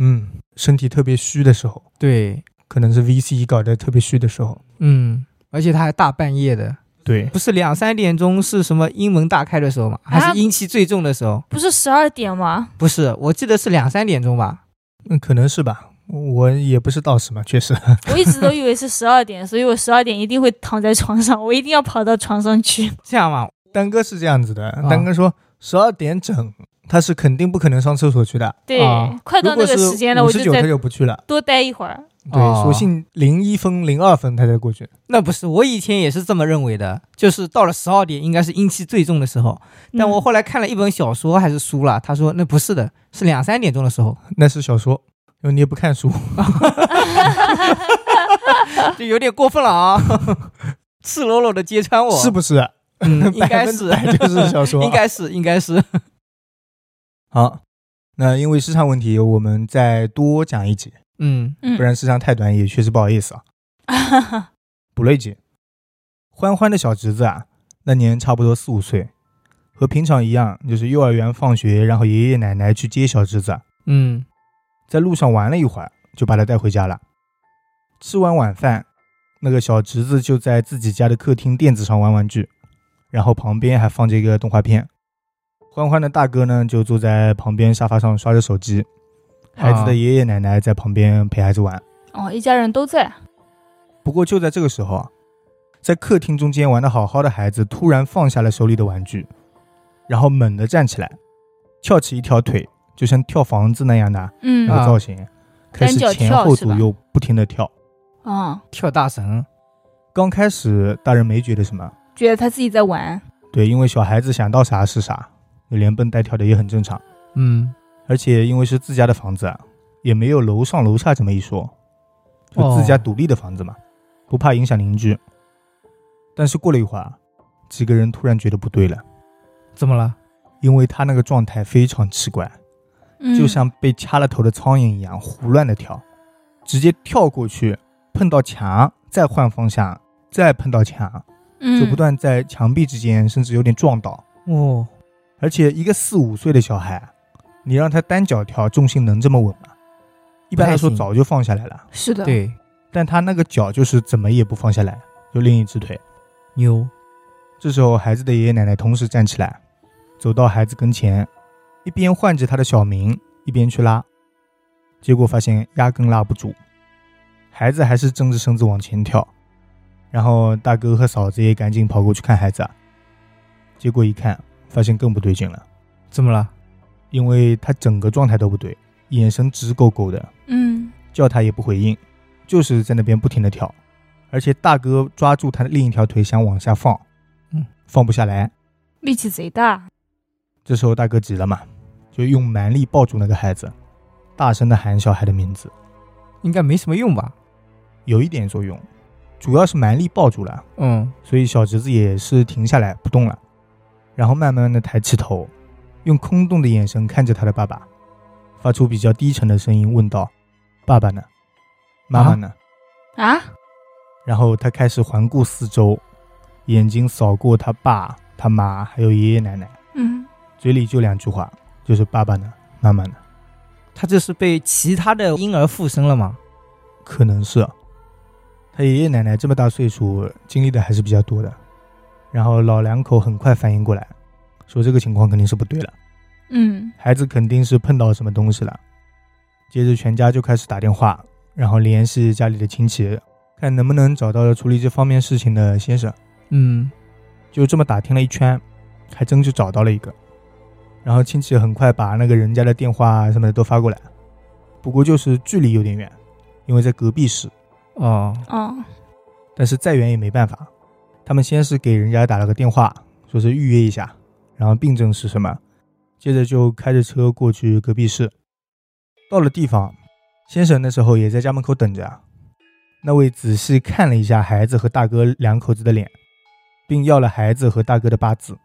A: 嗯，身体特别虚的时候，
C: 对，
A: 可能是 VC 搞得特别虚的时候。
C: 嗯，而且他还大半夜的，
A: 对，
C: 不是两三点钟是什么阴门大开的时候吗？还
B: 啊
C: 是阴气最重的时候？
B: 不是十二点吗？
C: 不是，我记得是两三点钟吧？
A: 嗯，可能是吧。我也不是道士嘛，确实。
B: 我一直都以为是十二点，所以我十二点一定会躺在床上，我一定要跑到床上去。
C: 这样吧，
A: 丹哥是这样子的，丹哥说十二点整，他是肯定不可能上厕所去的。
B: 对，
C: 啊
B: 快到那个时间了，我
A: 五十
B: 就
A: 九他
B: 再
A: 就不去了。
B: 多待一会儿。
A: 对，
C: 哦
A: 索性零一分、零二分他才过去。
C: 那不是，我以前也是这么认为的，就是到了十二点应该是阴气最重的时候。但我
B: 嗯
C: 后来看了一本小说还是书了，他说那不是的，是两三点钟的时候，
A: 那是小说，因为你也不看书。
C: 就有点过分了啊， 赤裸裸的揭穿
B: 哦
C: 我，
A: 是不是？
C: 嗯，应
A: 百
C: 该
A: 分之
C: 是，
A: 百就是 小说。啊
C: 应该 是，应该是，
A: 好，那因为时长问题，我们再多讲一集，
C: 嗯，
B: 嗯
A: 不然时长太短也确实不好意思啊。补了一集，欢欢的小侄子啊，那年差不多四五岁，和平常一样，就是幼儿园放学，然后爷爷奶奶去接小侄子啊，
C: 嗯，
A: 在路上玩了一会儿，就把他带回家了。吃完晚饭，那个小侄子就在自己家的客厅垫子上玩玩具，然后旁边还放着一个动画片。欢欢的大哥呢，就坐在旁边沙发上刷着手机，孩子的爷爷奶奶在旁边陪孩子玩。
B: 哦，一家人都在。
A: 不过就在这个时候啊，在客厅中间玩的好好的孩子突然放下了手里的玩具，然后猛地站起来，翘起一条腿，就像跳房子那样的
B: 嗯
A: 那
C: 啊
A: 个造型，开始前后左右不停的跳。
B: 啊、
C: 跳大神，
A: 刚开始大人没觉得什么，
B: 觉得他自己在玩。
A: 对，因为小孩子想到啥是啥，你连蹦带跳的也很正常。
C: 嗯，
A: 而且因为是自家的房子啊，也没有楼上楼下这么一说，就
C: 哦
A: 自家独立的房子嘛，不怕影响邻居。但是过了一会儿，几个人突然觉得不对了，
C: 怎么了？
A: 因为他那个状态非常奇怪，
B: 嗯
A: 就像被掐了头的苍蝇一样胡乱的跳，直接跳过去碰到墙，再换方向，再碰到墙，
B: 嗯
A: 就不、断在墙壁之间，甚至有点撞倒。
C: 哦，
A: 而且一个四五岁的小孩，你让他单脚跳，重心能这么稳吗？一般来说
C: 不太行
A: 早就放下来了
B: 嗯，，是的，
C: 对，
A: 但他那个脚就是怎么也不放下来，就另一只腿。
C: 牛，
A: 这时候，孩子的爷爷奶奶同时站起来，走到孩子跟前，一边唤着他的小名，一边去拉，结果发现压根拉不住，孩子还是正着身子往前跳。然后大哥和嫂子也赶紧跑过去看孩子啊，结果一看，发现更不对劲了。
C: 怎么了？
A: 因为他整个状态都不对，眼神直勾勾的，
B: 嗯，
A: 叫他也不回应，就是在那边不停的跳，而且大哥抓住他的另一条腿想往下放，
C: 嗯，
A: 放不下来。
B: 力气贼大。
A: 这时候大哥急了嘛，就用蛮力抱住那个孩子，大声的喊小孩的名字，
C: 应该没什么用吧？
A: 有一点作用，主要是蛮力抱住了，
C: 嗯，
A: 所以小侄子也是停下来不动了，然后慢慢的抬起头，用空洞的眼神看着他的爸爸，发出比较低沉的声音问道：“爸爸呢？妈妈呢？”
B: 啊，
A: 然后他开始环顾四周，眼睛扫过他爸、他妈还有爷爷奶奶，
B: 嗯，
A: 嘴里就两句话，就是“爸爸呢，妈妈呢
C: 他这是被其他的婴儿附身了吗？”，
A: 可能是他爷爷奶奶这么大岁数，经历的还是比较多的。然后老两口很快反应过来，说这个情况肯定是不对了。
B: 嗯
A: 孩子肯定是碰到什么东西了。接着全家就开始打电话，然后联系家里的亲戚，看能不能找到处理这方面事情的先生。
C: 嗯
A: 就这么打听了一圈，还真就找到了一个。然后亲戚很快把那个人家的电话啊什么的都发过来，不过就是距离有点远，因为在隔壁市，
C: 哦，
B: 哦
A: 但是再远也没办法。他们先是给人家打了个电话，说是预约一下，然后病症是什么，接着就开着车过去隔壁市。到了地方，先生那时候也在家门口等着啊。那位仔细看了一下孩子和大哥两口子的脸，并要了孩子和大哥的八字，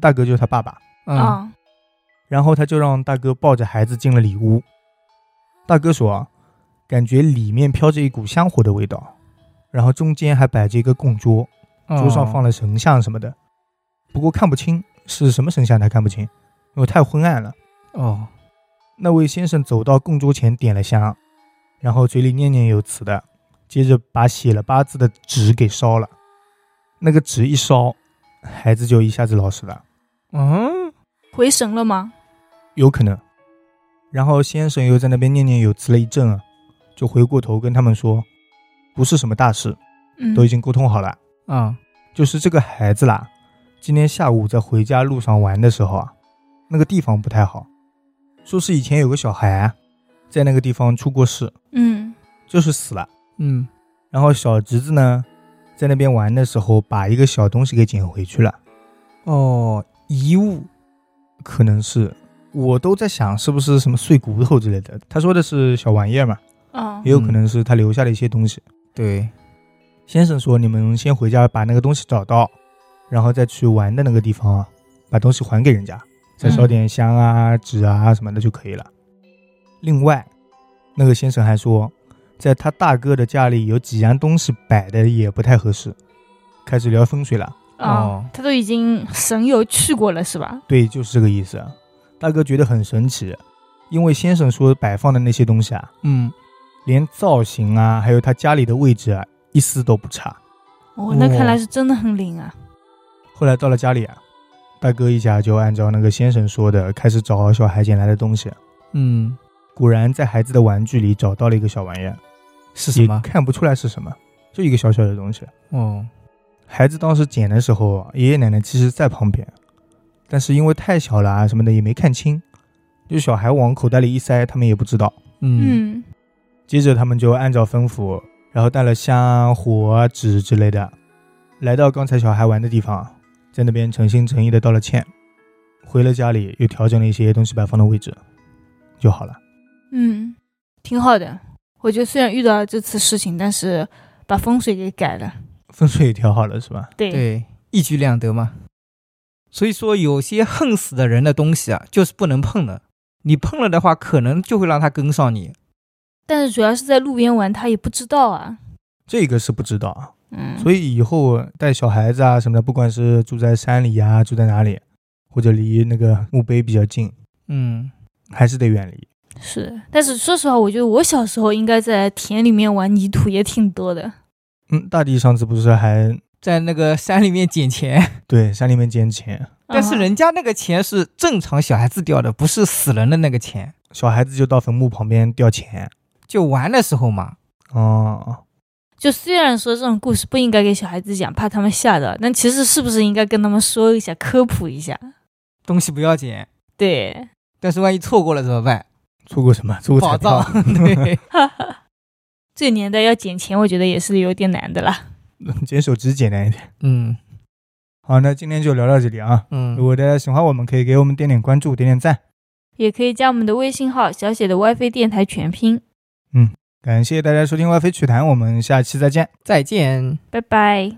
A: 大哥就是他爸爸。
C: 嗯
B: 哦
A: 然后他就让大哥抱着孩子进了里屋。大哥说啊，感觉里面飘着一股香火的味道，然后中间还摆着一个供桌，桌上放
C: 了，
A: 了神像什么的，不过看不清是什么神像，他看不清，因为太昏暗了。
C: 哦，
A: 那位先生走到供桌前点了香，然后嘴里念念有词的，接着把写了八字的纸给烧了。那个纸一烧，孩子就一下子老实了。
C: 嗯，
B: 回神了吗？
A: 有可能。然后先生又在那边念念有词了一阵啊，就回过头跟他们说，不是什么大事，
B: 嗯
A: 都已经沟通好了，
C: 啊，
A: 就是这个孩子啦，今天下午在回家路上玩的时候啊，那个地方不太好，说是以前有个小孩啊、在那个地方出过事，
B: 嗯
A: 就是死了。
C: 嗯，
A: 然后小侄子呢，在那边玩的时候把一个小东西给捡回去了，
C: 哦，遗物，
A: 可能是我都在想是不是什么碎骨头之类的，他说的是小玩意儿嘛。
B: 哦
A: 也有可能是他留下的一些东西。
C: 对，
A: 先生说：“你们先回家把那个东西找到，然后再去玩的那个地方啊，把东西还给人家，再烧点香啊、纸啊什么的就可以了。”另外，那个先生还说，在他大哥的家里有几样东西摆的也不太合适，开始聊风水了。
B: 哦
C: 哦，
B: 他都已经神游去过了是吧？
A: 对，就是这个意思。大哥觉得很神奇，因为先生说摆放的那些东西啊，
C: 嗯，
A: 连造型啊，还有他家里的位置啊，一丝都不差。
B: 哦，那
C: 哦
B: 看来是真的很灵啊。
A: 后来到了家里啊，大哥一家就按照那个先生说的，开始找小孩捡来的东西。
C: 嗯，
A: 果然在孩子的玩具里找到了一个小玩意儿，
C: 是什
A: 也
C: 么？
A: 看不出来是什么，就一个小小的东西。
C: 哦，
A: 孩子当时捡的时候，爷爷奶奶其实在旁边，但是因为太小了啊什么的也没看清，就小孩往口袋里一塞，他们也不知道。
C: 嗯，
B: 嗯
A: 接着他们就按照吩咐，然后带了香啊、火啊、纸之类的，来到刚才小孩玩的地方，在那边诚心诚意的道了歉，回了家里又调整了一些东西摆放的位置，就好了。
B: 嗯，挺好的。我觉得虽然遇到了这次事情，但是把风水给改了。
A: 风水也调好了是吧？
B: 对，
C: 对，一举两得嘛。所以说，有些恨死的人的东西啊，就是不能碰的。你碰了的话，可能就会让他跟上你。
B: 但是主要是在路边玩，他也不知道啊。
A: 这个是不知道啊，
B: 嗯，
A: 所以以后带小孩子啊什么的，不管是住在山里啊，住在哪里，或者离那个墓碑比较近，
C: 嗯，
A: 还是得远离。
B: 是，但是说实话，我觉得我小时候应该在田里面玩泥土也挺多的。
A: 嗯，大地上次不是还
C: 在那个山里面捡钱，
A: 对山里面捡钱，
C: 但
B: 啊
C: 是人家那个钱是正常小孩子掉的，不是死人的那个钱。
A: 小孩子就到坟墓旁边掉钱
C: 就玩的时候嘛，
A: 哦。
B: 就虽然说这种故事不应该给小孩子讲，怕他们吓到，但其实是不是应该跟他们说一下、科普一下？
C: 东西不要捡，
B: 对，
C: 但是万一错过了怎么办？
A: 错过什么？错过
C: 嗯宝
A: 彩票
C: 藏。， 对，
B: 这个年代要捡钱，我觉得也是有点难的啦。
A: 捡手指简单一点。
C: 嗯
A: 好，那今天就聊到这里啊。如
C: 嗯，
A: 果大家喜欢我们，可以给我们点点关注，点点赞。
B: 也可以加我们的微信号“小写的 WiFi 电台全拼
A: 感谢大家收听《歪飞趣谈》，我们下期再见。
C: 再见。”，
B: 拜拜。